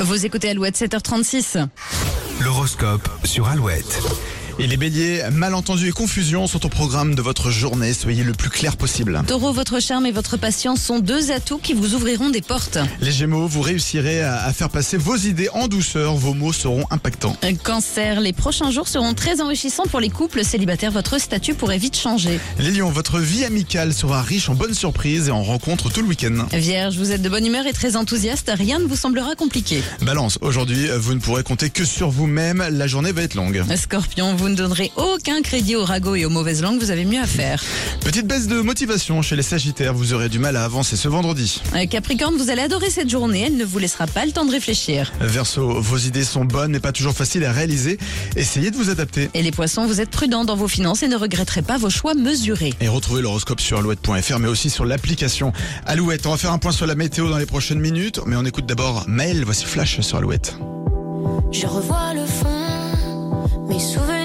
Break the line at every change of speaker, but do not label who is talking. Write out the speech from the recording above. Vous écoutez Alouette 7h36.
L'horoscope sur Alouette.
Et les béliers, malentendus et confusion sont au programme de votre journée. Soyez le plus clair possible.
Taureau, votre charme et votre patience sont deux atouts qui vous ouvriront des portes.
Les gémeaux, vous réussirez à, à faire passer vos idées en douceur. Vos mots seront impactants.
Un Cancer, les prochains jours seront très enrichissants pour les couples célibataires. Votre statut pourrait vite changer.
Les lions, votre vie amicale sera riche en bonnes surprises et en rencontres tout le week-end.
Vierge, vous êtes de bonne humeur et très enthousiaste. Rien ne vous semblera compliqué.
Balance, aujourd'hui, vous ne pourrez compter que sur vous-même. La journée va être longue.
Scorpion, vous ne donnerez aucun crédit aux ragots et aux mauvaises langues. Vous avez mieux à faire.
Petite baisse de motivation chez les sagittaires. Vous aurez du mal à avancer ce vendredi.
Un Euh, Capricorne, vous allez adorer cette journée. Elle ne vous laissera pas le temps de réfléchir.
Verseau, vos idées sont bonnes mais pas toujours faciles à réaliser. Essayez de vous adapter.
Et les poissons, vous êtes prudents dans vos finances et ne regretterez pas vos choix mesurés.
Et retrouvez l'horoscope sur alouette.fr mais aussi sur l'application Alouette. On va faire un point sur la météo dans les prochaines minutes, mais on écoute d'abord Maël, voici Flash sur Alouette.
Je revois le fond, mes souvenirs.